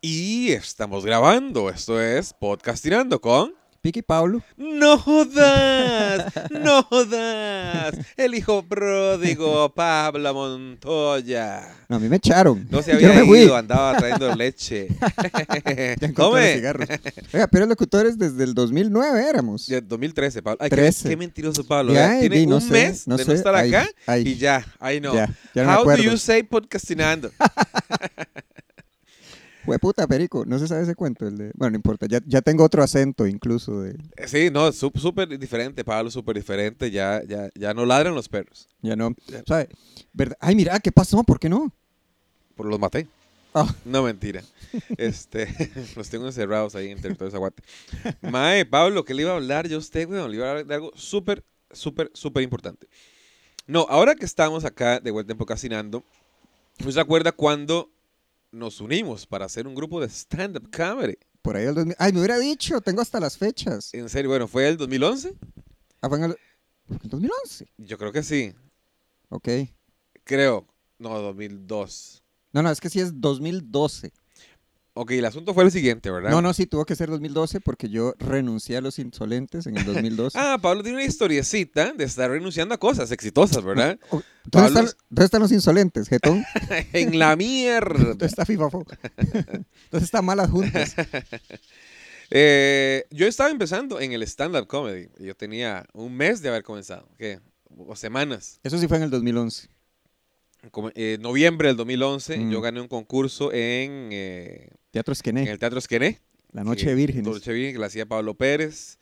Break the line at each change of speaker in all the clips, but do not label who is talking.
Y estamos grabando. Esto es Podcast Tirando con.
Piqui Pablo.
¡No jodas! ¡No jodas! El hijo pródigo Pablo Montoya.
No, a mí me echaron.
No se
Yo
había
me fui.
ido, andaba trayendo leche.
Ya encontré los
Come.
cigarros. Oiga, pero locutores desde el 2009 éramos.
Ya, 2013, Pablo. Ay,
Trece.
Qué, qué mentiroso, Pablo.
Ya,
¿eh?
y
Tiene
di, no
un
sé,
mes
no
de no
sé,
estar
ahí,
acá
ahí.
y ya. Ay, no.
Ya, ya no me
How do
acuerdo.
you say podcastinando?
Jueputa, Perico, no se sabe ese cuento. el de- Bueno, no importa, ya, ya tengo otro acento incluso. De...
Sí, no, sup- súper diferente, Pablo, súper diferente. Ya, ya, ya no ladran los perros.
Ya no, ¿sabe? ¿Verdad? Ay, mira, ¿qué pasó? ¿Por qué no?
Por los maté.
Ah.
No, mentira. Este, los tengo encerrados ahí en territorio Zaguate. Mae, Pablo, ¿qué le iba a hablar yo a usted, weón? Le iba a hablar de algo súper, súper, súper importante. No, ahora que estamos acá de vuelta en Pocasinando, ¿no se acuerda cuando nos unimos para hacer un grupo de stand-up comedy?
Por ahí el 2000. Ay, me hubiera dicho, tengo hasta las fechas.
En serio, bueno, ¿fue el 2011?
Ah, fue en el... ¿fue en 2011.
Yo creo que sí.
Ok.
Creo. No, 2002.
No, no, es que sí es 2012.
Ok, el asunto fue el siguiente, ¿verdad?
No, no, sí tuvo que ser 2012 porque yo renuncié a los insolentes en el 2012.
Ah, Pablo tiene una historiecita de estar renunciando a cosas exitosas, ¿verdad?
Oh,
Pablo-
¿Dónde, están, dónde están los insolentes, Getón?
en la
¿Dónde
mierda.
está FIFAFO? ¿Dónde están malas juntas?
Eh, yo estaba empezando en el stand-up comedy. Yo tenía un mes de haber comenzado. ¿Qué? O semanas.
Eso sí fue en el 2011.
Como, eh, noviembre del 2011,
Mm.
yo gané un concurso en, eh,
Teatro
en
Esquené,
el Teatro Esquené.
La Noche de Vírgenes.
Dolce Virgen, que la hacía Pablo Pérez,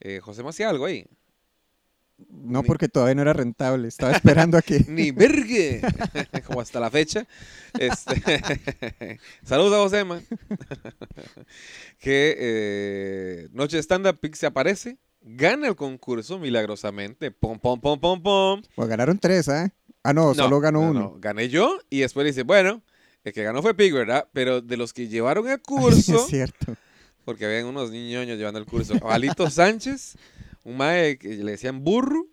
eh, José Macía, algo ahí.
No
ni-
porque todavía no era rentable, estaba esperando a que...
Ni vergue, como hasta la fecha. Este, Saludos a Josema. que eh, Noche de Stand Up Pic se aparece, gana el concurso milagrosamente. Pom, pom, pom, pom, pom.
Pues ganaron tres, ¿ah? Ah, no, solo ganó
no,
uno.
no, Gané yo y después dice, bueno, el que ganó fue Pig, ¿verdad? Pero de los que llevaron el curso,
es cierto.
porque habían unos niñoños llevando el curso, Alito Sánchez, un mae que le decían burro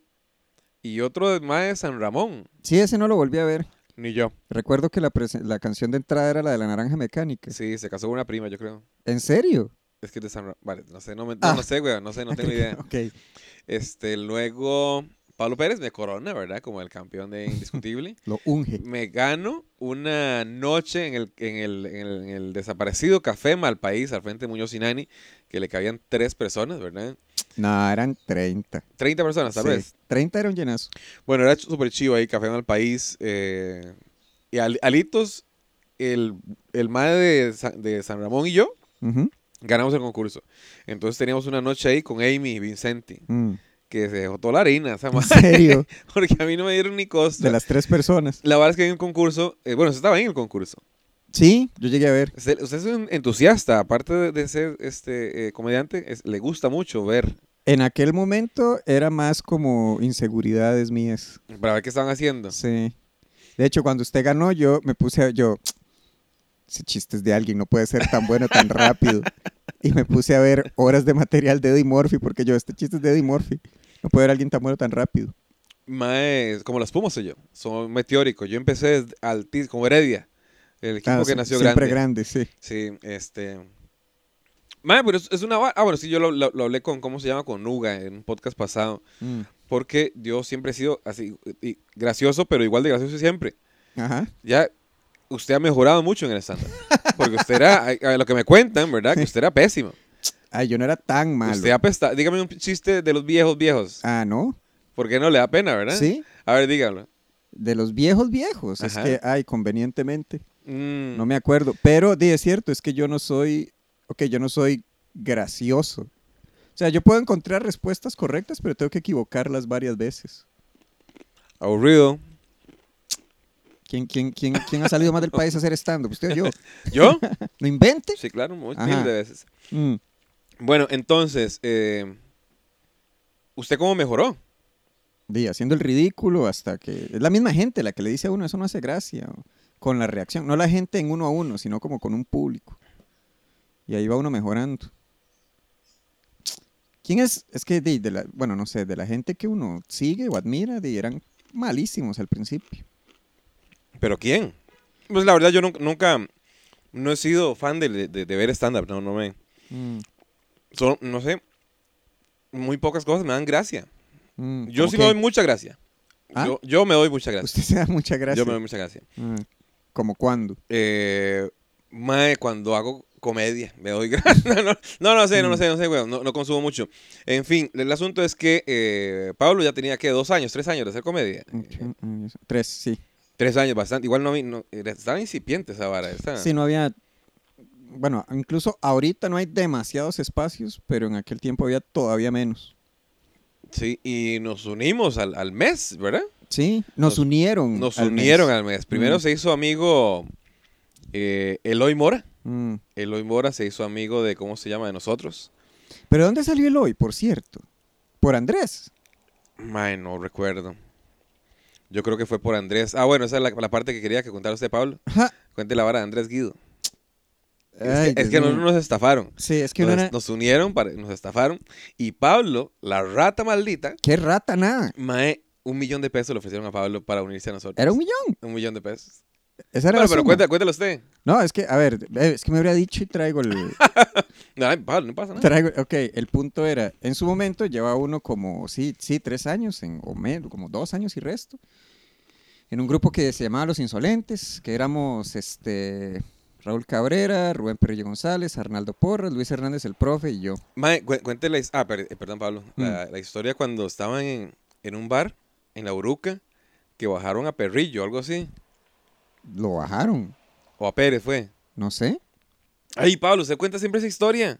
y otro mae de San Ramón,
Sí, ese no lo volví a ver.
ni yo.
Recuerdo que la, prese- la canción de entrada era la de la naranja mecánica.
Sí, se casó con una prima, yo creo.
¿En serio?
Es que es de San Ra- Vale, no sé, no, me- no,
Ah.
no sé, güey, no sé, no tengo idea.
ok.
Este, luego, Pablo Pérez me corona, ¿verdad? Como el campeón de indiscutible.
Lo unge.
me gano una noche en el, en el, en el- en el desaparecido Café Malpaís, al frente de Muñoz y Nani, que le cabían tres personas, ¿verdad?
No, eran 30.
30 personas, tal
Sí,
vez.
30 era un llenazo.
Bueno, era súper chivo ahí, Café Malpaís. Eh, y Al- Alitos, el, el madre de San, de San Ramón y yo,
Ujú.
ganamos el concurso. Entonces teníamos una noche ahí con Amy y Vincenti,
Mm.
que se dejó toda la harina, esa
¿En
madre,
serio?
porque a mí no me dieron ni costo.
De las tres personas.
La verdad es que en el concurso, eh, bueno, usted estaba en el concurso.
Sí, yo llegué a ver.
Usted, usted es un entusiasta, aparte de, de ser este eh, comediante, es- le gusta mucho ver,
En aquel momento era más como inseguridades mías.
para ver qué estaban haciendo.
Sí. De hecho, cuando usted ganó, yo me puse a, yo, ese chiste es de alguien, no puede ser tan bueno tan rápido. Y me puse a ver horas de material de Eddie Murphy, porque yo, este chiste es de Eddie Murphy. No puede haber alguien tan bueno tan rápido.
Mae, como las pumas soy yo, son meteóricos. Yo empecé desde alti- como Heredia, el equipo
Ah,
que
sí,
nació grande.
siempre grande. sí.
Sí, este. Mae, pero es, es una. va- Ah, bueno, sí, yo lo, lo- lo hablé con, ¿cómo se llama? Con Nuga en un podcast pasado.
Mm.
Porque yo siempre he sido así, y- gracioso, pero igual de gracioso siempre.
Ajá.
ya usted ha mejorado mucho en el estándar. Porque usted era, a- a lo que me cuentan, ¿verdad? Que usted era pésimo.
Ay, yo no era tan malo.
Usted apesta. Dígame un chiste de los viejos viejos.
Ah, ¿no?
Porque no le da pena, ¿verdad?
Sí.
A ver, dígalo.
De los viejos viejos.
Ajá.
Es que, ay, convenientemente.
Mm,
No me acuerdo. Pero di, es cierto, es que yo no soy. Ok, yo no soy gracioso. O sea, yo puedo encontrar respuestas correctas, pero tengo que equivocarlas varias veces.
Aburrido.
¿Quién, quién, quién, quién ha salido más del país a hacer stand-up? ¿Usted o yo?
¿Yo?
¿No invente?
Sí, claro, muchas
Ajá.
de veces.
Mm.
Bueno, entonces, eh, ¿usted cómo mejoró?
Di, haciendo el ridículo hasta que. Es la misma gente la que le dice a uno, eso no hace gracia. o con la reacción. No la gente en uno a uno, sino como con un público. Y ahí va uno mejorando. ¿Quién es? Es que, di, de la, bueno, no sé, de la gente que uno sigue o admira, di, eran malísimos al principio.
¿Pero quién? Pues la verdad, yo nunca. nunca no he sido fan de, de- de ver stand-up, no, no me...
Mm,
son- no sé, muy pocas cosas me dan gracia.
mm,
Yo
¿cómo
sí
qué?
me doy mucha gracia.
¿Ah?
Yo, yo me doy mucha gracia.
Usted se da muchas gracias.
Yo me doy mucha gracia.
Mm, ¿Como cuándo?
Eh, mae, cuando hago comedia, me doy gracia. No, no, no, no sé, no, no
Mm.
sé, no sé, weón. No, no consumo mucho. En fin, el asunto es que eh, Pablo ya tenía, que Dos años, tres años de hacer comedia.
Ocho,
Eh,
nueve, diez, Mm, Tres, sí.
tres años, bastante. Igual no, vi- no era- estaba incipiente esa vara. estaba-
Sí, no había... Bueno, incluso ahorita no hay demasiados espacios, pero en aquel tiempo había todavía menos.
Sí, y nos unimos al, al mes, ¿verdad?
Sí, nos,
Nos-
unieron.
Nos
Mm, al
unieron
menos.
al mes. Primero
Mm.
se hizo amigo eh, Eloy Mora.
Mm.
Eloy Mora se hizo amigo de, ¿cómo se llama? De nosotros.
¿Pero dónde salió el hoy, por cierto? Por Andrés.
Mae, no recuerdo. Yo creo que fue por Andrés. Ah, bueno, esa es la, la parte que quería que contara usted, Pablo.
Ajá.
Cuente la vara de Andrés Guido.
Ay,
es que, es
Dios
que no-
mío.
nos estafaron.
Sí, es que
Nos,
no era...
nos unieron, para, nos estafaron. Y Pablo, la rata maldita,
¡Qué rata nada!
mae, un millón de pesos le ofrecieron a Pablo para unirse a nosotros.
Era un millón.
Un millón de pesos.
Esa era
Bueno,
la
pero
suma.
cuéntalo, cuéntalo usted.
No, es que, a ver, eh, es que me habría dicho y traigo el...
No, ay, Pablo, no pasa nada.
traigo- ok, el punto era, en su momento llevaba uno como, sí, sí, tres años, en, o menos, como dos años y resto, en un grupo que se llamaba Los Insolentes, que éramos este, Raúl Cabrera, Rubén Perrillo González, Arnaldo Porras, Luis Hernández el Profe y yo.
Mae, cué- cuéntele. Ah, per- eh, perdón, Pablo. La,
Mm.
la historia cuando estaban en, en un bar, en la Uruca, que bajaron a Perrillo, algo así.
Lo bajaron,
O a Pérez fue.
no sé.
Ay, Pablo, usted cuenta siempre esa historia.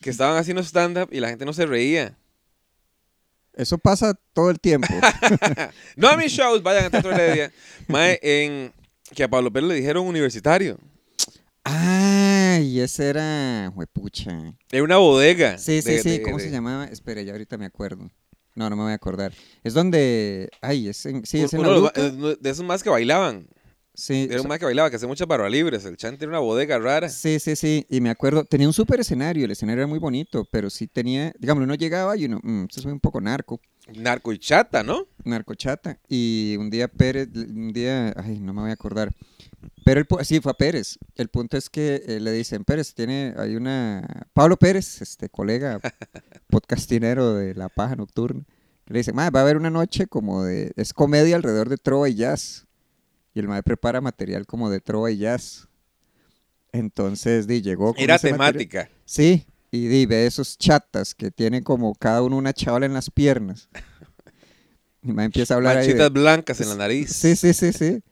Que estaban haciendo stand-up y la gente no se reía.
Eso pasa todo el tiempo.
No a mis shows, vayan a Teatro Heredia. Mae, en, que a Pablo Pérez le dijeron universitario.
Ay, ese era, huepucha.
En una bodega.
Sí, sí,
de-
sí.
de-
¿Cómo
de-
se llamaba? Espera, ya ahorita me acuerdo. No, no me voy a acordar. Es donde. Ay, es en. Sí, es en
uno
la
de los
Luca.
ba- eh, de esos más que bailaban.
Sí,
Era
o
un
sea,
más que bailaba, que hacía muchas barras libres. El chante era una bodega rara.
sí, sí, sí. Y me acuerdo. Tenía un súper escenario. El escenario era muy bonito, pero sí tenía. Digamos, uno llegaba y uno. "Mm, esto es un poco narco.
Narco y chata, ¿no?
Narcochata. Y un día Pérez. Un día. Ay, no me voy a acordar. Pero el, pu- sí, fue a Pérez. El punto es que eh, le dicen: Pérez, tiene. Hay una. Pablo Pérez, este colega podcastinero de La Paja Nocturna. que Le dice, "Mae, va a haber una noche como de... Es comedia alrededor de trova y jazz. Y el mae prepara material como de trova y jazz. Entonces, di, llegó con
Era
ese material-
temática.
Sí, y di, ve esos chatas que tienen como cada uno una chavala en las piernas. Y el mae empieza a hablar ahí de-
Manchitas blancas en la nariz.
Sí, sí, sí, sí.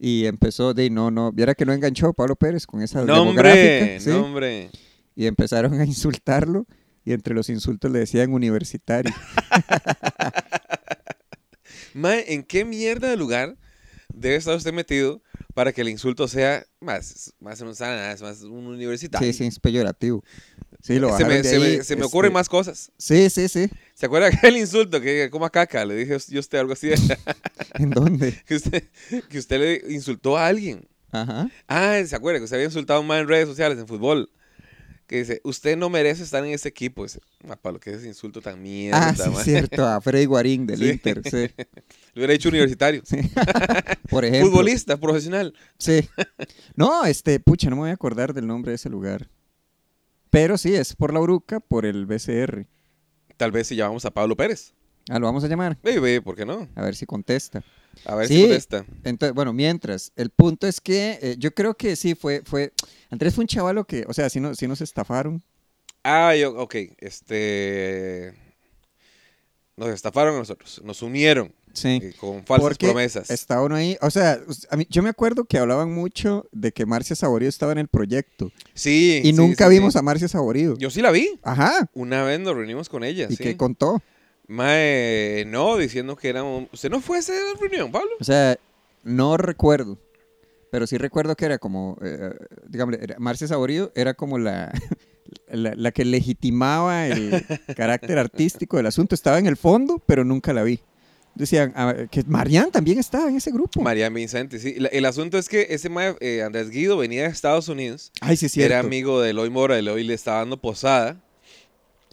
Y empezó, di, no, no. Viera que no enganchó Pablo Pérez con esa
Nombre,
demográfica, ¿sí?
nombre.
y empezaron a insultarlo y entre los insultos le decían universitario.
Mae, ¿en qué mierda de lugar debe estar usted metido para que el insulto sea más, más un sana, es más un universitario?
Sí, sí, es peyorativo. Sí, lo
se me,
bajaron de
se me-
ahí,
se me
este,
ocurren más cosas.
Sí, sí, sí.
¿Se acuerda aquel insulto que como a caca? Le dije yo a usted algo así.
¿En dónde?
que, usted, que usted le insultó a alguien.
Ajá.
Ah, ¿se acuerda que usted había insultado más en redes sociales, en fútbol? Que dice, usted no merece estar en este equipo. Dice, "Ah, Pablo, ¿qué es ese insulto tan mierda?
Ah, sí,
mae?"
cierto, a Freddy Guarín del
Sí.
Inter, sí.
Lo hubiera hecho universitario.
Por ejemplo.
Futbolista, profesional.
Sí. No, este, pucha, no me voy a acordar del nombre de ese lugar. Pero sí, es por la Uruca, por el BCR.
Tal vez si llamamos a Pablo Pérez.
Ah, lo vamos a llamar,
Ey, ve, ¿por qué no?
a ver si contesta.
A ver
Sí.
si contesta.
Entonces, bueno, mientras, el punto es que eh, yo creo que sí, fue, fue, Andrés fue un chavalo que, o sea, sí, no, sí nos estafaron.
Ah, yo, ok. Este. Nos estafaron a nosotros. Nos unieron
Sí.
eh, con falsas
Porque
promesas.
Estaba uno ahí, o sea, us- a mí- yo me acuerdo que hablaban mucho de que Marcia Saborío estaba en el proyecto
Sí.
y
sí,
nunca
sí, sí.
vimos a Marcia Saborío.
Yo sí la vi.
Ajá.
Una vez nos reunimos con ella.
¿Y
sí.
qué contó?
Mae, no, diciendo que éramos. ¿Usted no fue a esa reunión, Pablo?
O sea, no recuerdo, pero sí recuerdo que era como, eh, digamos, era- Marcia Saborío era como la, la, la que legitimaba el carácter artístico del asunto. Estaba en el fondo, pero nunca la vi. Decían ah, que Marianne también estaba en ese grupo.
María Vicente, sí. La- el asunto es que ese mae, eh, Andrés Guido, venía de Estados Unidos.
Ay, sí, es cierto.
Era amigo de Eloy Mora. Eloy le estaba dando posada.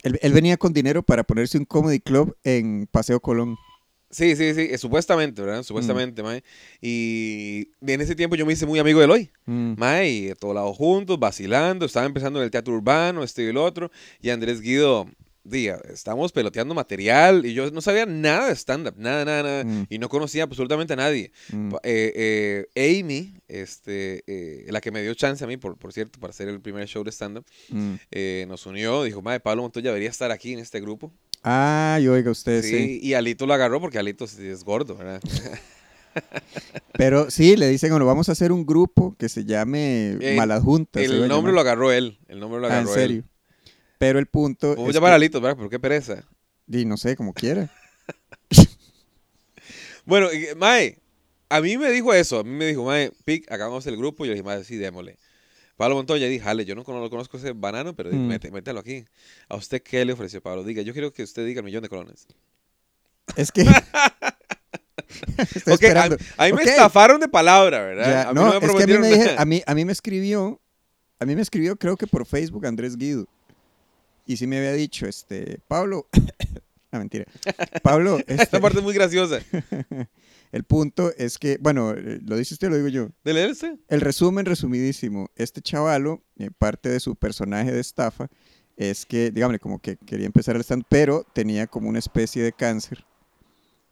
Él, él venía con dinero para ponerse un comedy club en Paseo Colón.
Sí, sí, sí, eh, supuestamente,
Mm.
¿verdad? Supuestamente, mae. Y en ese tiempo yo me hice muy amigo de Eloy,
Mm.
mae, y de todos lados juntos, vacilando, estaba empezando en el teatro urbano, este y el otro, y Andrés Guido, día, estamos peloteando material, y yo no sabía nada de stand-up, nada, nada, nada,
Mm.
y no conocía absolutamente a nadie.
Mm.
Pa- eh, eh, Amy, este, eh, la que me dio chance a mí, por, por cierto, para hacer el primer show de stand-up,
Mm.
eh, nos unió, dijo, madre, Pablo Montoya debería estar aquí en este grupo.
Ay, oiga usted,
Sí,
sí.
Y Alito lo agarró porque Alito es, es gordo, ¿verdad?
Pero sí, le dicen, bueno, vamos a hacer un grupo que se llame
Eh,
Malas Juntas. se iba
el
a
nombre lo
llamar.
agarró él, el nombre lo
Ah,
agarró
en serio. Pero el punto
él. Voy a
es
llamar
que-
a Alito, ¿verdad? Pero qué pereza.
Y no sé, como quiera.
Bueno, y- mae, a mí me dijo eso, a mí me dijo, mae, Pic, hagamos el grupo, y yo le dije, mae, sí, démosle. Pablo Montoya, dije, jale, yo no cono- conozco ese banano, pero di,
Mm.
mete- métalo aquí. ¿A usted qué le ofreció Pablo? Diga, yo quiero que usted diga el millón de colones.
Es que... Estoy
Ok, a-
esperando.
A, mí
Ok.
me estafaron de palabra, ¿verdad?
Ya,
a mí
no,
me
es que a mí
prometieron
me, dije-
nada.
a, mí, a mí me escribió, a mí me escribió creo que por Facebook Andrés Guido. Y sí me había dicho, este, Pablo, no mentira, Pablo, este,
Esta parte es muy graciosa.
el punto es que, bueno, eh, lo dice usted o lo digo yo.
¿De leer usted?
El resumen resumidísimo, este chavalo, eh, parte de su personaje de estafa, es que, dígame, como que quería empezar el stand, pero tenía como una especie de cáncer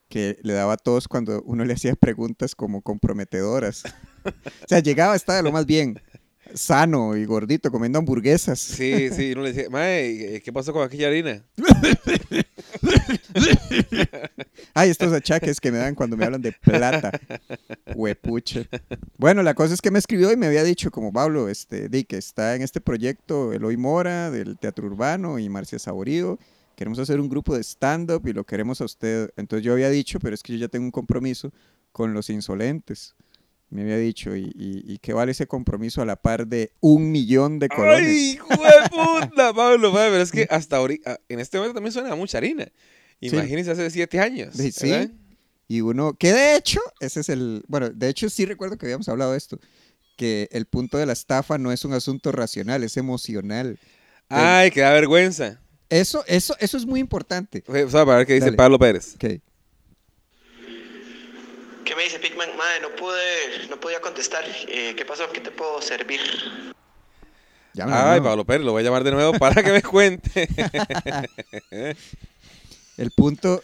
que le daba a todos cuando uno le hacía preguntas como comprometedoras. o sea, llegaba, estaba lo más bien, sano y gordito, comiendo hamburguesas.
Sí, sí, uno le decía, mae, ¿qué pasó con aquella harina?
Ay, estos achaques que me dan cuando me hablan de plata. Huepuche. Bueno, la cosa es que me escribió y me había dicho, como Pablo, este, di que está en este proyecto Eloy Mora, del Teatro Urbano y Marcia Saborío. Queremos hacer un grupo de stand-up y lo queremos a usted. Entonces yo había dicho, pero es que yo ya tengo un compromiso con los insolentes. Me había dicho, ¿y, y, y qué vale ese compromiso a la par de un millón de colones?
¡Ay, hijo de puta, Pablo! Mae, pero es que hasta ahorita, en este momento también suena a mucha harina. Imagínense hace siete años.
Sí, sí.
¿verdad?
Y uno, que de hecho, ese es el, bueno, de hecho sí recuerdo que habíamos hablado de esto, que el punto de la estafa no es un asunto racional, es emocional.
Ay, qué da vergüenza.
Eso, eso, eso es muy importante.
O sea, para ver qué dice
Dale.
Pablo Pérez.
Ok.
¿Qué me dice Pigman? Madre, no pude, no podía contestar. Eh, ¿Qué pasó? ¿Qué te puedo servir?
Ya me lo
Ay,
mandaron.
Pablo Pérez, lo voy a llamar de nuevo para que me cuente.
El punto,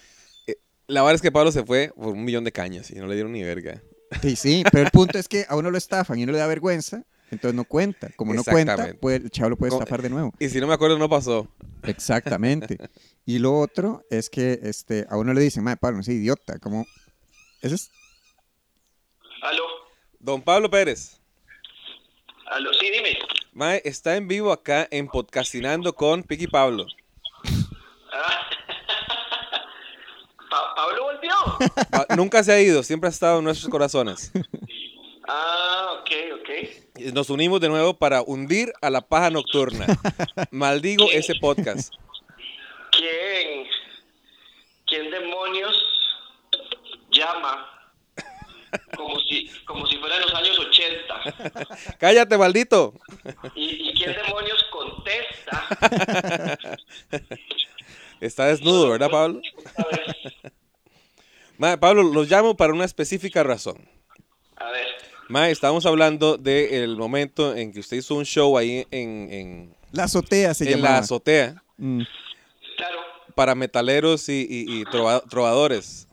La verdad es que Pablo se fue por un millón de cañas y no le dieron ni verga.
sí, sí, pero el punto es que a uno lo estafan y uno le da vergüenza, entonces no cuenta. Como no cuenta,
Exactamente.
pues, el chavo lo puede
Como-
estafar de nuevo.
Y si no me acuerdo, no pasó.
Exactamente. Y lo otro es que este, a uno le dicen, madre, Pablo, no seas idiota, como... Ese es
¿Aló?
Don Pablo Pérez.
¿Aló? Sí, dime.
Mae, está en vivo acá en Podcastinando con Piqui Pablo.
Ah. Pa- ¿Pablo volvió?
Pa- Nunca se ha ido, siempre ha estado en nuestros corazones.
Ah, ok, ok.
Y Eh, Nos unimos de nuevo para hundir a la paja nocturna. Maldigo ese podcast.
¿Quién, quién demonios llama como si, como si fuera en los años 80?
Cállate, maldito.
¿Y, y quién demonios contesta?
Está desnudo, ¿verdad, Pablo?
A ver,
Mae, Pablo, los llamo para una específica razón.
a ver.
Mae, estamos hablando del momento en que usted hizo un show ahí en, en-
la azotea, se
en
llamaba.
la azotea
Mm.
Claro,
para metaleros y, y- y trova- trovadores.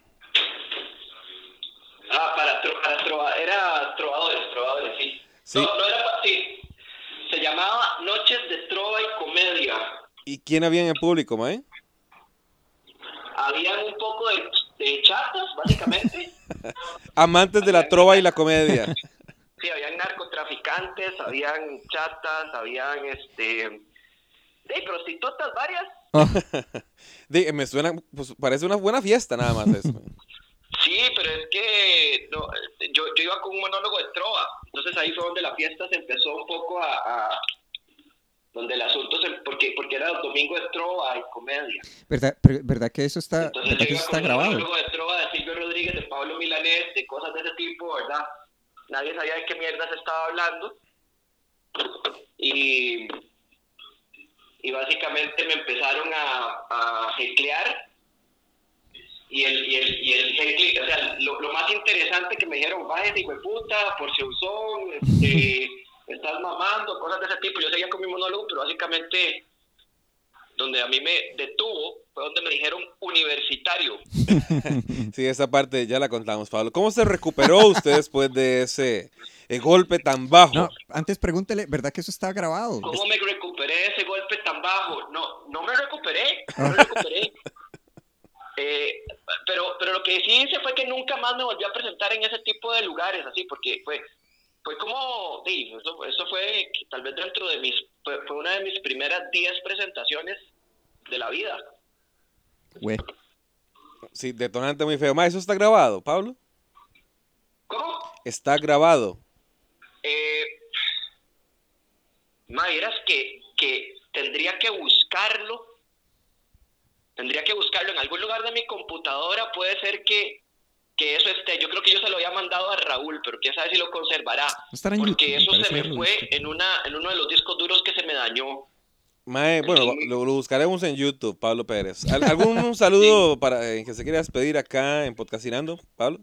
Ah, para, tro- para trova- era trovadores, trovadores, sí.
Sí.
No, no era para ti. Se llamaba Noches de Trova y Comedia.
¿Y quién había en el público, Mae?
Habían un poco de, de chatas, básicamente.
Amantes de la trova y la comedia.
sí, habían narcotraficantes, habían chatas, habían este... De prostitutas varias.
Di- me suena, pues, parece una buena fiesta nada más eso.
Sí, pero es que no, yo, yo iba con un monólogo de trova, entonces ahí fue donde la fiesta se empezó un poco a... a- donde el asunto se... Porque, porque era domingo de trova y comedia.
¿Verdad, pero- ¿Verdad que eso está,
Entonces
¿verdad
yo
que
iba
eso está
con un
grabado?
monólogo de trova de Silvio Rodríguez, de Pablo Milanés, de cosas de ese tipo, ¿verdad? Nadie sabía de qué mierda se estaba hablando. Y, y básicamente me empezaron a, a jeclear. y el, y el, y el Heckling, o sea, lo, lo más interesante que me dijeron, váyate, hijo de puta, por si usón, este, estás mamando, cosas de ese tipo. Yo seguía con mi monólogo, pero básicamente donde a mí me detuvo fue donde me dijeron universitario.
Sí, esa parte ya la contamos, Pablo. ¿Cómo se recuperó usted después de ese eh, golpe tan bajo?
No, antes pregúntele, ¿verdad que eso está grabado? Este,
¿Cómo me recuperé de ese golpe tan bajo? No, no me recuperé, no me recuperé. Eh, pero, pero lo que sí hice fue que nunca más me volví a presentar en ese tipo de lugares, así, porque fue, fue como, sí, eso, eso fue que tal vez dentro de mis, fue, fue una de mis primeras 10 presentaciones de la vida.
Güey.
Sí, detonante muy feo. Ma, ¿eso está grabado, Pablo?
¿Cómo?
Está grabado.
Eh, ma, vieras que, que tendría que buscarlo. Tendría que buscarlo en algún lugar de mi computadora. Puede ser que, que eso esté. Yo creo que yo se lo había mandado a Raúl, pero quién sabe si lo conservará.
Estará en
Porque
YouTube,
eso
me
se
parece
me
haberlo
fue
visto.
en, una, en uno de los discos duros que se me dañó.
Mae, eh, bueno, lo, lo buscaremos en YouTube, Pablo Pérez. ¿Al- ¿Algún saludo para eh, que se quiera despedir acá en Podcastinando, Pablo?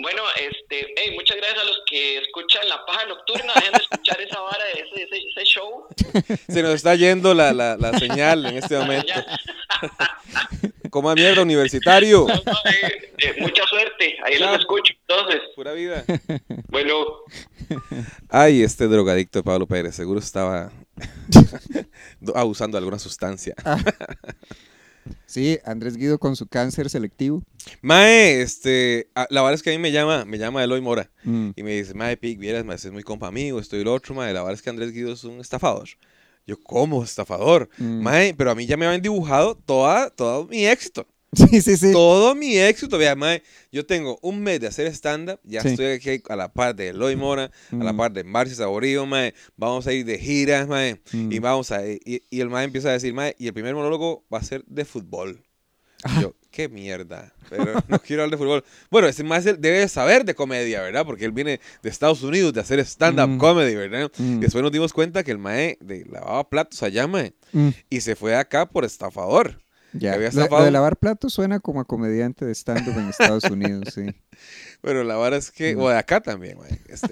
Bueno, este, hey, muchas gracias a los que escuchan La Paja Nocturna. Dejen de escuchar esa vara, de ese, ese, ese show.
Se nos está yendo la, la- la señal en este momento.
Ya.
Coma mierda, universitario.
Eh, eh, mucha suerte. Ahí
Claro.
los escucho. Entonces,
Pura vida.
bueno.
Ay, este drogadicto de Pablo Pérez, seguro estaba abusando de alguna sustancia.
Sí, Andrés Guido con su cáncer selectivo.
Mae, este, a- la verdad es que a mí me llama, me llama Eloy Mora
Mm.
y me dice, Mae, Pic, vieras, mae, es muy compa mío, estoy el otro, mae, la verdad es que Andrés Guido es un estafador. Yo, ¿cómo estafador?
Mm.
Mae, pero a mí ya me habían dibujado toda, todo mi éxito.
Sí, sí, sí.
Todo mi éxito. Vea, mae, yo tengo un mes de hacer stand-up. Ya
Sí.
estoy aquí a la par de Eloy Mora, a la
Mm.
par de Marcia Saborío, mae. Vamos a ir de giras, mae.
Mm.
Y vamos a. eh, Y, y el mae empieza a decir, mae, y el primer monólogo va a ser de fútbol. Y Yo, qué mierda. Pero no quiero hablar de fútbol. Bueno, ese mae es el- debe saber de comedia, ¿verdad? Porque él viene de Estados Unidos de hacer stand-up
Mm.
comedy, ¿verdad?
Mm.
Y después nos dimos cuenta que el mae de, lavaba platos allá, mae.
Mm.
Y se fue acá por estafador.
Ya.
había
Lo,
zafado.
lo de lavar platos suena como a comediante de stand-up en Estados Unidos, sí.
Pero la vara es que,
Mm.
o de acá también, güey, este,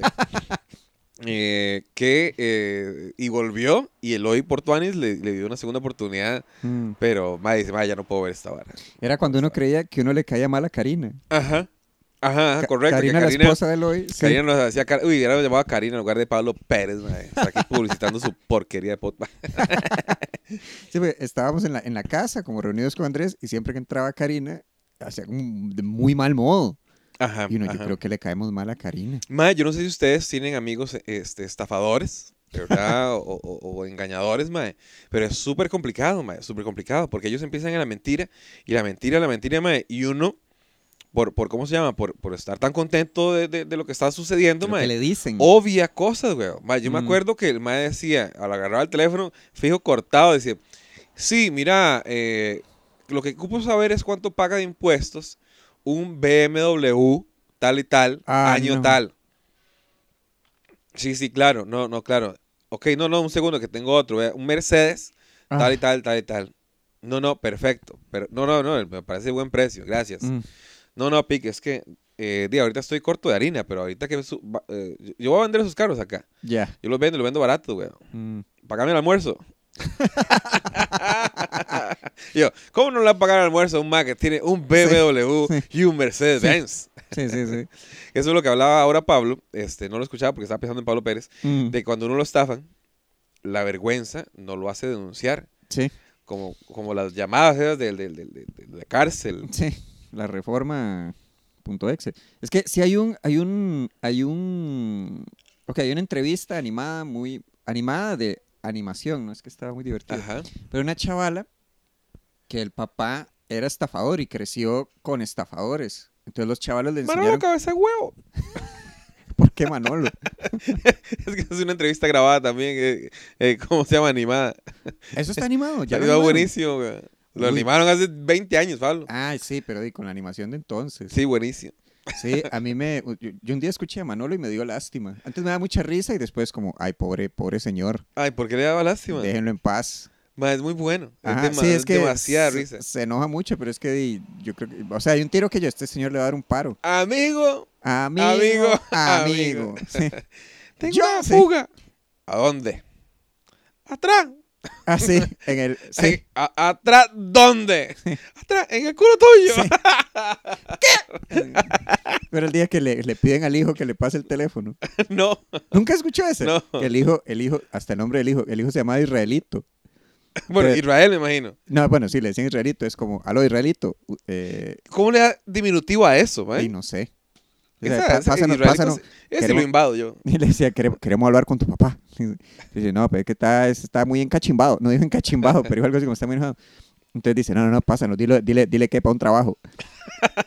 eh, que, eh, y volvió, y Eloy Portuanis le, le dio una segunda oportunidad,
Mm.
pero, madre, dice, "Mae, ya no puedo ver esta vara.
Era cuando uno creía que uno le caía mal a Karina.
Ajá, ajá, ajá,
Ca-
Ah, correcto. que
Karina, la esposa de Eloy. sí.
Karina nos hacía, car- uy, hubiera llamado a Karina en lugar de Pablo Pérez, madre, está aquí publicitando su porquería de podcast.
Sí, porque estábamos en la, en la casa, como reunidos con Andrés, y siempre que entraba Karina, hacía como de muy mal modo.
Ajá,
Y uno, yo
ajá.
creo que le caemos mal a Karina.
Mae, yo no sé si ustedes tienen amigos este, estafadores, de ¿verdad? o, o- o engañadores, mae. Pero es súper complicado, mae, súper complicado. Porque ellos empiezan en la mentira, y la mentira, la mentira, mae. Y uno, por, por ¿cómo se llama? Por, por estar tan contento de, de- de lo que está sucediendo,
Lo que
mae.
le dicen.
Obvia cosas, güey. Mae, yo me
Mm.
acuerdo que el mae decía, al agarrar el teléfono, fijo cortado, decía, sí, mira, eh, lo que ocupo saber es cuánto paga de impuestos un BMW tal y tal,
Ah,
año
no.
tal. Sí, sí, claro, no, no, claro. Ok, no, no, un segundo que tengo otro, vea, un Mercedes,
Ah.
tal y tal, tal y tal. No, no, perfecto. Pero, no, no, no, me parece buen precio, gracias.
Mm.
No, no, Pique, es que, eh, di, ahorita estoy corto de harina, pero ahorita que su- va- eh, yo- yo voy a vender esos carros acá.
Ya.
Yo los vendo, los vendo barato, güey.
Mm.
Pagame el almuerzo. Y yo, ¿cómo no le van a pagar el almuerzo a un Mac que tiene un BMW y un Mercedes Benz?
Sí, sí, sí.
Eso es lo que hablaba ahora Pablo, este, no lo escuchaba porque estaba pensando en Pablo Pérez,
Mm.
de cuando uno lo estafan, la vergüenza no lo hace denunciar,
Sí,
como, como las llamadas esas del- del- del- del- de la cárcel.
sí. La reforma punto exe. Es que sí hay un, hay un, hay un, ok, hay una entrevista animada muy, animada de animación, no es que estaba muy divertida.
Ajá.
Pero una chavala que el papá era estafador y creció con estafadores. Entonces los chavalos le
Manolo
enseñaron
Cabeza de Huevo.
por qué Manolo.
Es que es una entrevista grabada también, eh, eh, ¿cómo se llama? Animada.
Eso está animado, ya lo
Salió
animaron.
buenísimo, güey. Lo
Uy.
animaron hace 20 años, Pablo.
Ah, sí, pero di, con la animación de entonces.
Sí, buenísimo.
Sí, a mí me... Yo, yo un día escuché a Manolo y me dio lástima. Antes me daba mucha risa y después como, ay, pobre, pobre señor,
Ay, ¿por qué le daba lástima?
déjenlo en paz.
Ma, es muy bueno. Es
Ajá,
dema-
Ah, sí, es que
demasiada
se,
risa.
se enoja mucho, pero es que di, yo creo que, o sea, hay un tiro que yo, este señor le va a dar un paro.
Amigo,
Amigo,
Amigo,
amigo,
amigo.
sí.
tengo
Yo
una
sí.
fuga. ¿A dónde? Atrás.
Ah, sí, en el, sí,
En- a- ¿Atrás dónde? Atrás, en el culo tuyo.
sí. Pero el día que le, le piden al hijo que le pase el teléfono.
no.
¿Nunca escuchó ese?
No.
Que El hijo, el hijo, hasta el nombre del hijo, el hijo se llamaba Israelito.
Bueno,
Pero-
Israel, me imagino.
No, bueno, sí, le decían Israelito, es como, aló, Israelito, u- eh,
¿Cómo le da diminutivo a eso, man?
y no sé. O sea,
Esa-
pa-
ese
pásanos,
Israelito
pásanos.
se- Ese
Queremos-
lo invado yo.
Y le decía, "Quere- queremos hablar con tu papá. Y dice, no, pero es que está, es- está muy encachimbado. No dijo encachimbado, pero dijo algo así como está muy enojado. Entonces dice, no, no, no, pásanos, dile, dile, dile que para un trabajo.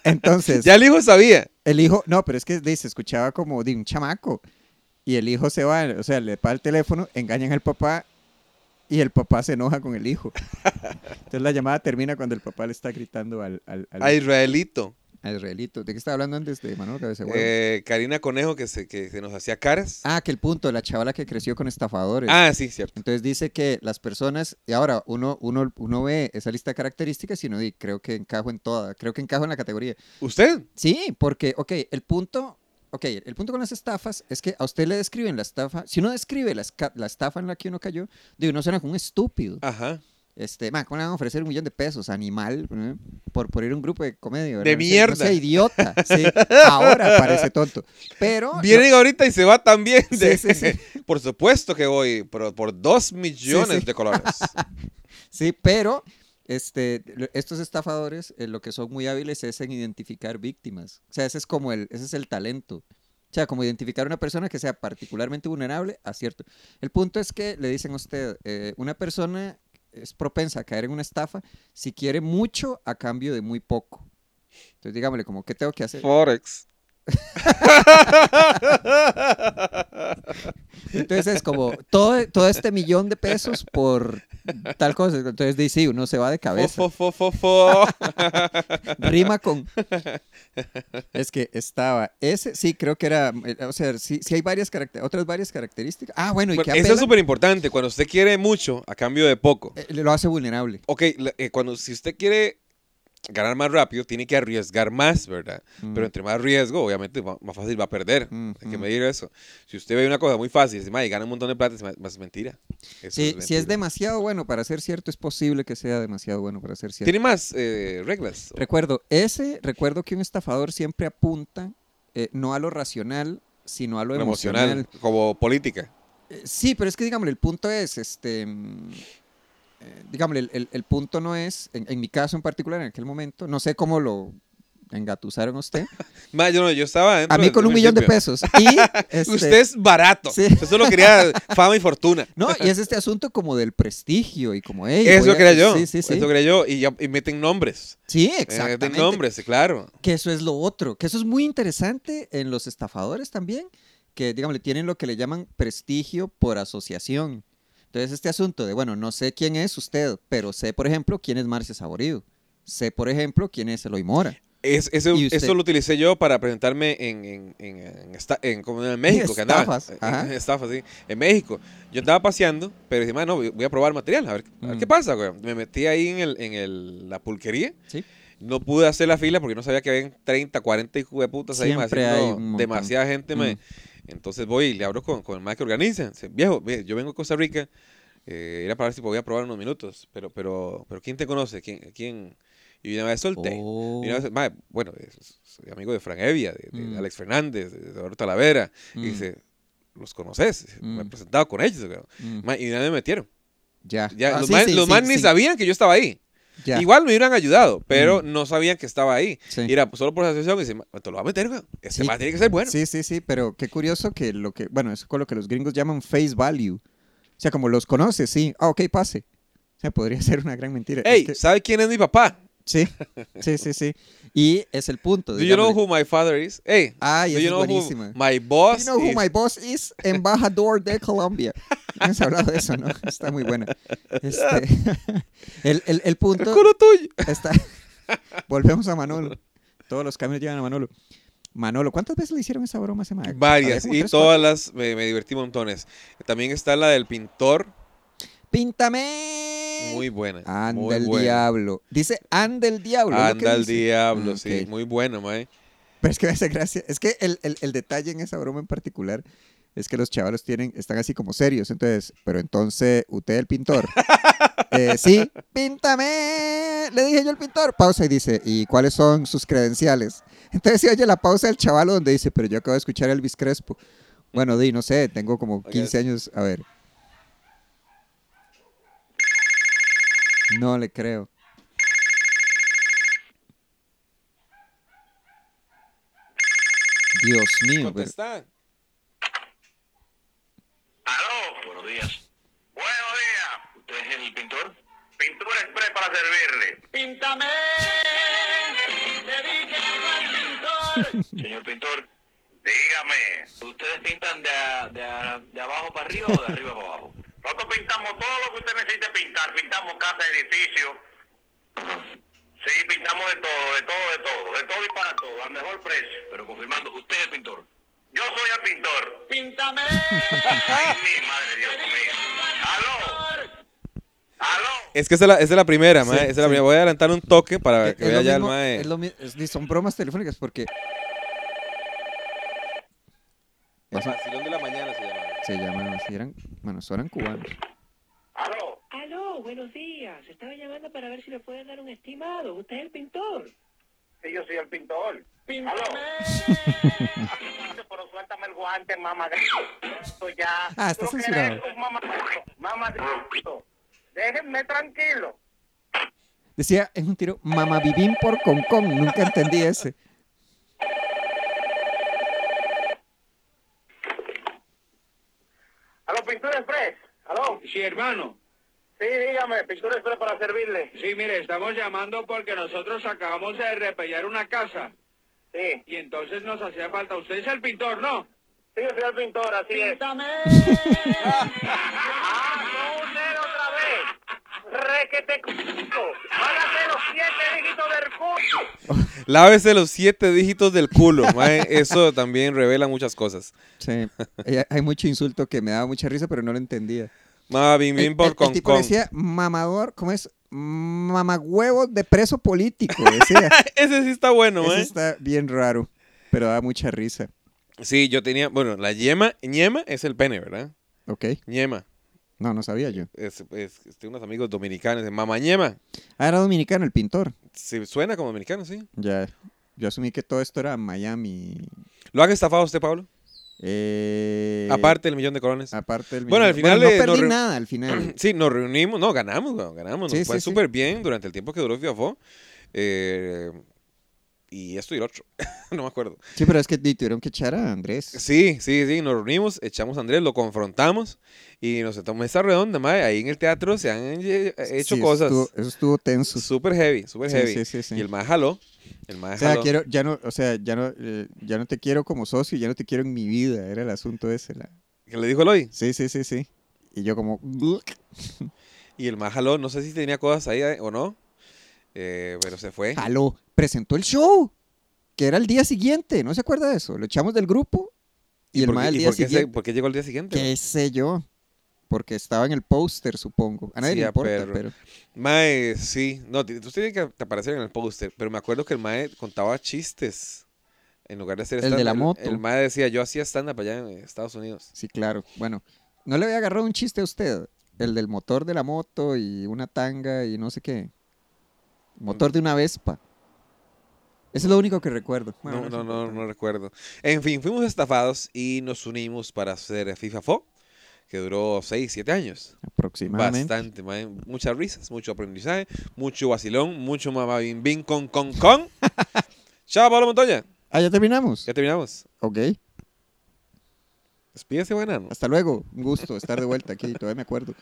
Entonces,
Ya el hijo sabía.
el hijo, no, pero es que dice, escuchaba como de un chamaco. Y el hijo se va, o sea, le para el teléfono, engañan al papá y el papá se enoja con el hijo. Entonces la llamada termina cuando el papá le está gritando al, al, al-
A Israelito.
al Israelito. ¿De qué estaba hablando antes de Manuel Cabeza de Huevo?
Eh, Karina Conejo que se, que se nos hacía caras.
Ah, que el punto, la chavala que creció con estafadores.
Ah, sí, cierto.
Entonces dice que las personas, y ahora uno, uno, uno ve esa lista de características y uno dice, creo que encajo en toda, creo que encajo en la categoría.
¿Usted?
Sí, porque, ok, el punto, ok, el punto con las estafas es que a usted le describen la estafa, si uno describe la, esca- la estafa en la que uno cayó, de uno suena como un estúpido.
Ajá.
Este, man, ¿cómo le van a ofrecer un millón de pesos, animal, ¿no? por, por ir a un grupo de comedia? ¿verdad?
De
No sea- no sea
mierda.
idiota, sí, ahora parece tonto, pero... no-
Vienen ahorita y se va también. de-
Sí, sí, sí.
Por supuesto que voy, pero por dos millones
Sí, sí.
de colores.
Sí, pero este, lo- estos estafadores eh, lo que son muy hábiles es en identificar víctimas. O sea, ese es como el, ese es el talento. O sea, como identificar una persona que sea particularmente vulnerable a cierto. El punto es que le dicen a usted, eh, una persona es propensa a caer en una estafa si quiere mucho a cambio de muy poco. Entonces, digámosle, como, ¿qué tengo que hacer?
Oh. Forex.
Entonces es como, todo, todo este millón de pesos por tal cosa. Entonces, dice, sí, uno se va de cabeza.
Fo, fo, fo, fo, fo.
Rima con. Es que estaba. Ese sí, creo que era. eh, O sea, sí, sí hay varias características. Otras varias características. Ah, bueno, y
Bueno,
que
eso
apela,
es súper importante. Cuando usted quiere mucho a cambio de poco.
eh, lo hace vulnerable.
Ok, la- eh, cuando si usted quiere ganar más rápido, tiene que arriesgar más, ¿verdad? Pero entre más riesgo, obviamente, va- más fácil va a perder.
Mm,
Hay que
mm.
medir eso. Si usted ve una cosa muy fácil y dice, "Mae, gana un montón de plata, es, ma- más mentira. Eso
Sí, si es
mentira.
demasiado bueno para ser cierto, es posible que sea demasiado bueno para ser cierto.
Tiene más eh, reglas.
Recuerdo, ese, recuerdo que un estafador siempre apunta eh, no a lo racional, sino a lo
Lo
emocional.
emocional, como política.
Eh, Sí, pero es que, digámosle, el punto es, este, mm, eh, digámosle, el, el- el punto no es, en, en mi caso en particular, en aquel momento, no sé cómo lo engatusaron a usted,
Ma, yo, no, yo estaba
a
dentro
mí
desde
con un millón de
principio.
pesos. Y, este,
Usted es barato.
Sí.
Usted solo quería fama y fortuna.
No, y es este asunto como del prestigio y como, hey,
eso
voy a-
quería yo.
Sí, sí, sí.
Eso quería yo. Y, ya- y meten nombres.
Sí,
Eh, Meten
exactamente.
nombres, claro.
Que eso es lo otro, que eso es muy interesante en los estafadores también, que digámosle, tienen lo que le llaman prestigio por asociación. Entonces, este asunto de, bueno, no sé quién es usted, pero sé, por ejemplo, quién es Marcia Saborido. Sé, por ejemplo, quién es Eloy Mora.
Es, eso,
¿Y usted?
eso lo utilicé yo para presentarme en, en, en, en esta- en- como en México, que andaba.
Estafas, ajá.
En, estafas, sí. En México. Yo andaba paseando, pero dije, "Ma, no, voy voy a probar material, a ver, a ver
Mm.
qué pasa, güey. Me metí ahí en, el, en el, la pulquería.
Sí.
No pude hacer la fila porque no sabía que habían 30, 40 hijos de putas ahí. ma,
Siempre
haciendo
hay un montón.
demasiada gente. ma.
Mm.
Entonces voy y le hablo con, con el más que organiza. Dice, viejo, ve, yo vengo a Costa Rica. Eh, era para ver si podía probar unos minutos. Pero, pero, pero ¿quién te conoce? ¿Quién? quién? Y una vez solté.
Oh.
Y una vez- ma, bueno, es- es- soy amigo de Fran Evia, de, de
Mm.
Alex Fernández, de Eduardo Talavera.
Mm.
Y dice, ¿los conoces? Dice, Me he
Mm.
presentado con ellos. güey.
Mm,
Ma, y nadie me metieron.
ya.
Ya,
Ah,
los
sí,
más
sí, sí,
ni
sí,
sabían que yo estaba ahí.
ya, Mm.
Igual me hubieran ayudado, pero no sabían que estaba ahí.
sí.
Y era solo por asociación. Y dice, "Ma, te lo va a meter, güey. Este
Sí.
más tiene que ser bueno.
Sí, sí, sí, pero qué curioso que lo que, bueno, eso con lo que los gringos llaman face value. O sea, como los conoces, sí. Ah, ok, pase. O sea, podría ser una gran mentira. Es
Hey,
que-
¿sabe quién es mi papá?
Sí, sí, sí, sí. Y es el punto.
Do you know
digámosle.
who my father is? Hey,
Ay,
do
esa
you
es
know
buenísima.
who my boss
You know who
is?
my boss is? Embajador de Colombia. Hemos hablado de eso, ¿no? Está muy buena. Este, el, el- el
El
punto
culo tuyo.
está... Volvemos a Manolo. Todos los caminos llevan a Manolo. Manolo, ¿cuántas veces le hicieron esa broma a ese mae? Había
Varias,
como
y
tres,
todas las me, me divertí montones. También está la del pintor.
cuatro. ¡Píntame! ¡Eh!
Muy buena.
Anda
muy
el
buena.
diablo. Dice anda el diablo. es lo que
Anda el
dice.
diablo,
Ah,
sí.
ok.
Muy buena, mae.
Pero es que me hace gracia. Es que el, el- el detalle en esa broma en particular es que los chavalos tienen, están así como serios. Entonces, pero entonces, usted el pintor. Eh, sí, píntame. Le dije yo el pintor. Pausa y dice, ¿y cuáles son sus credenciales? Entonces se oye la pausa del chavalo donde dice, pero yo acabo de escuchar a Elvis Crespo. Bueno, di, no sé, tengo como 15 años. A ver. No le creo. Dios mío. pero-
Contesta.
Aló. Buenos días. Buenos días. ¿Usted es el pintor? Pintura express para servirle. Píntame. Le dije al pintor. Señor pintor, dígame. ¿Ustedes pintan de, a- de, a- de abajo para arriba o de arriba para abajo? Nosotros pintamos todo lo que usted necesite pintar. Pintamos casa, edificio. Sí, pintamos de todo, de todo, de todo. De todo y para todo, al mejor precio. Pero confirmando, ¿usted es el pintor? Yo soy el pintor. ¡Píntame! Ay, sí, madre Dios mío. ¡Aló! ¡Aló!
Es que esa es la, esa es la primera, mae.
Sí,
esa es la
sí.
primera. Voy a adelantar un toque para
Es-
Ah, que
es
vea
lo
ya el
mismo-
mae.
es lo mi- es- ni son bromas telefónicas porque.
El
Eso-
vacilón de la mañana se llama.
Eh, se llaman así, eran. Bueno, son eran cubanos.
¡Aló!
Aló, buenos días. Estaba llamando para ver si me pueden dar un estimado. Usted es el pintor.
Sí, yo soy el pintor. ¡Aló! Pero suéltame el guante, mamá. Esto ya.
Ah, está
Tú lo que
censurado.
eres es un mamadrito, mamadrito. Déjenme tranquilo.
Decía, es un tiro mamavivín por Hong Kong. Nunca entendí ese.
¿Aló, Pintura Express? ¿Aló?
Sí, hermano.
Sí, dígame, Pintura Express para servirle.
Sí, mire, estamos llamando porque nosotros acabamos de repellar una casa
Sí.
y entonces nos hacía falta. Usted es el pintor, ¿no?
Sí, yo soy el pintor, así es. ¡Ah, no, usted otra vez! ¡Requete culo! ¡Hágase los siete dígitos del culo!
Lávese los siete dígitos del culo, mae. Eso también revela muchas cosas.
Sí. Hay- Hay mucho insulto que me daba mucha risa, pero no lo entendía.
Ma, bim,
El-
bim por
el-
con
el tipo
con.
decía, mamador, ¿cómo es? Mamagüevo de preso político. Decía.
Ese sí está bueno,
Eso
mae.
está bien raro, pero da mucha risa.
Sí, yo tenía, bueno, la yema, ñema es el pene, ¿verdad?
¿Ok?
Ñema.
No, no sabía yo.
Es, es- es- tengo unos amigos dominicanos, de mamá ñema.
Ah, era dominicano el pintor.
Se suena como dominicano, sí.
Ya. Yo asumí que todo esto era Miami.
¿Lo han estafado a usted, Pablo?
Eh,
Aparte del millón de colones.
Aparte del
Bueno, al
millón-
final, eh,
no
nos
perdí
re-
nada al final.
Sí, nos reunimos, no, ganamos, weón, ganamos, nos
Sí,
fue
sí, sí.
súper bien durante el tiempo que duró Fiafó. Eh, y esto y lo otro, no me acuerdo.
Sí, pero es que di- tuvieron que echar a Andrés.
Sí, sí, sí, nos reunimos, echamos a Andrés, lo confrontamos y nos sentamos en esa redonda, madre. Ahí en el teatro se han ye- hecho
Sí, eso
cosas
estuvo- Eso estuvo tenso.
súper heavy, súper
Sí,
heavy.
sí, sí, sí.
Y el más jaló, el
O
más
sea,
jaló.
quiero, ya no, o sea, ya no, eh, ya no te quiero como socio, ya no te quiero en mi vida. Era el asunto ese. la-
¿Qué le dijo Eloy?
Sí, sí, sí, sí. Y yo como,
Y el más jaló, no sé si tenía cosas ahí eh, o no, eh, pero se fue.
aló, presentó el show, que era el día siguiente, ¿no se acuerda de eso? Lo echamos del grupo y, el
por
mal
qué-
el
y
día
por qué se-
siguiente.
por qué llegó el día siguiente?
¿Qué sé yo? Porque estaba en el póster, supongo. A nadie
Sí,
le
a
importa,
perro.
pero...
Mae, sí. No, ti- tú tienes que ap- aparecer en el póster, pero me acuerdo que el Mae contaba chistes. En lugar de hacer
El de la
stand-up.
moto.
El, Mae decía, yo hacía stand-up allá en Estados Unidos.
Sí, claro. Bueno, ¿no le había agarrado un chiste a usted? El del motor de la moto y una tanga y no sé qué.
Mm.
Motor de una Vespa. Eso es lo único que recuerdo. Bueno,
no,
es
no, no,
importante.
no recuerdo. En fin, fuimos estafados y nos unimos para hacer FIFA Fo, que duró 6, 7 años.
Aproximadamente.
Bastante, mae. Muchas risas, mucho aprendizaje, mucho vacilón, mucho mamá bim bim con con con. Chao, Pablo Montoya.
Ah, ya terminamos.
Ya terminamos.
Ok.
Despídese, buena.
Hasta luego. Un gusto estar de vuelta aquí. Todavía me acuerdo.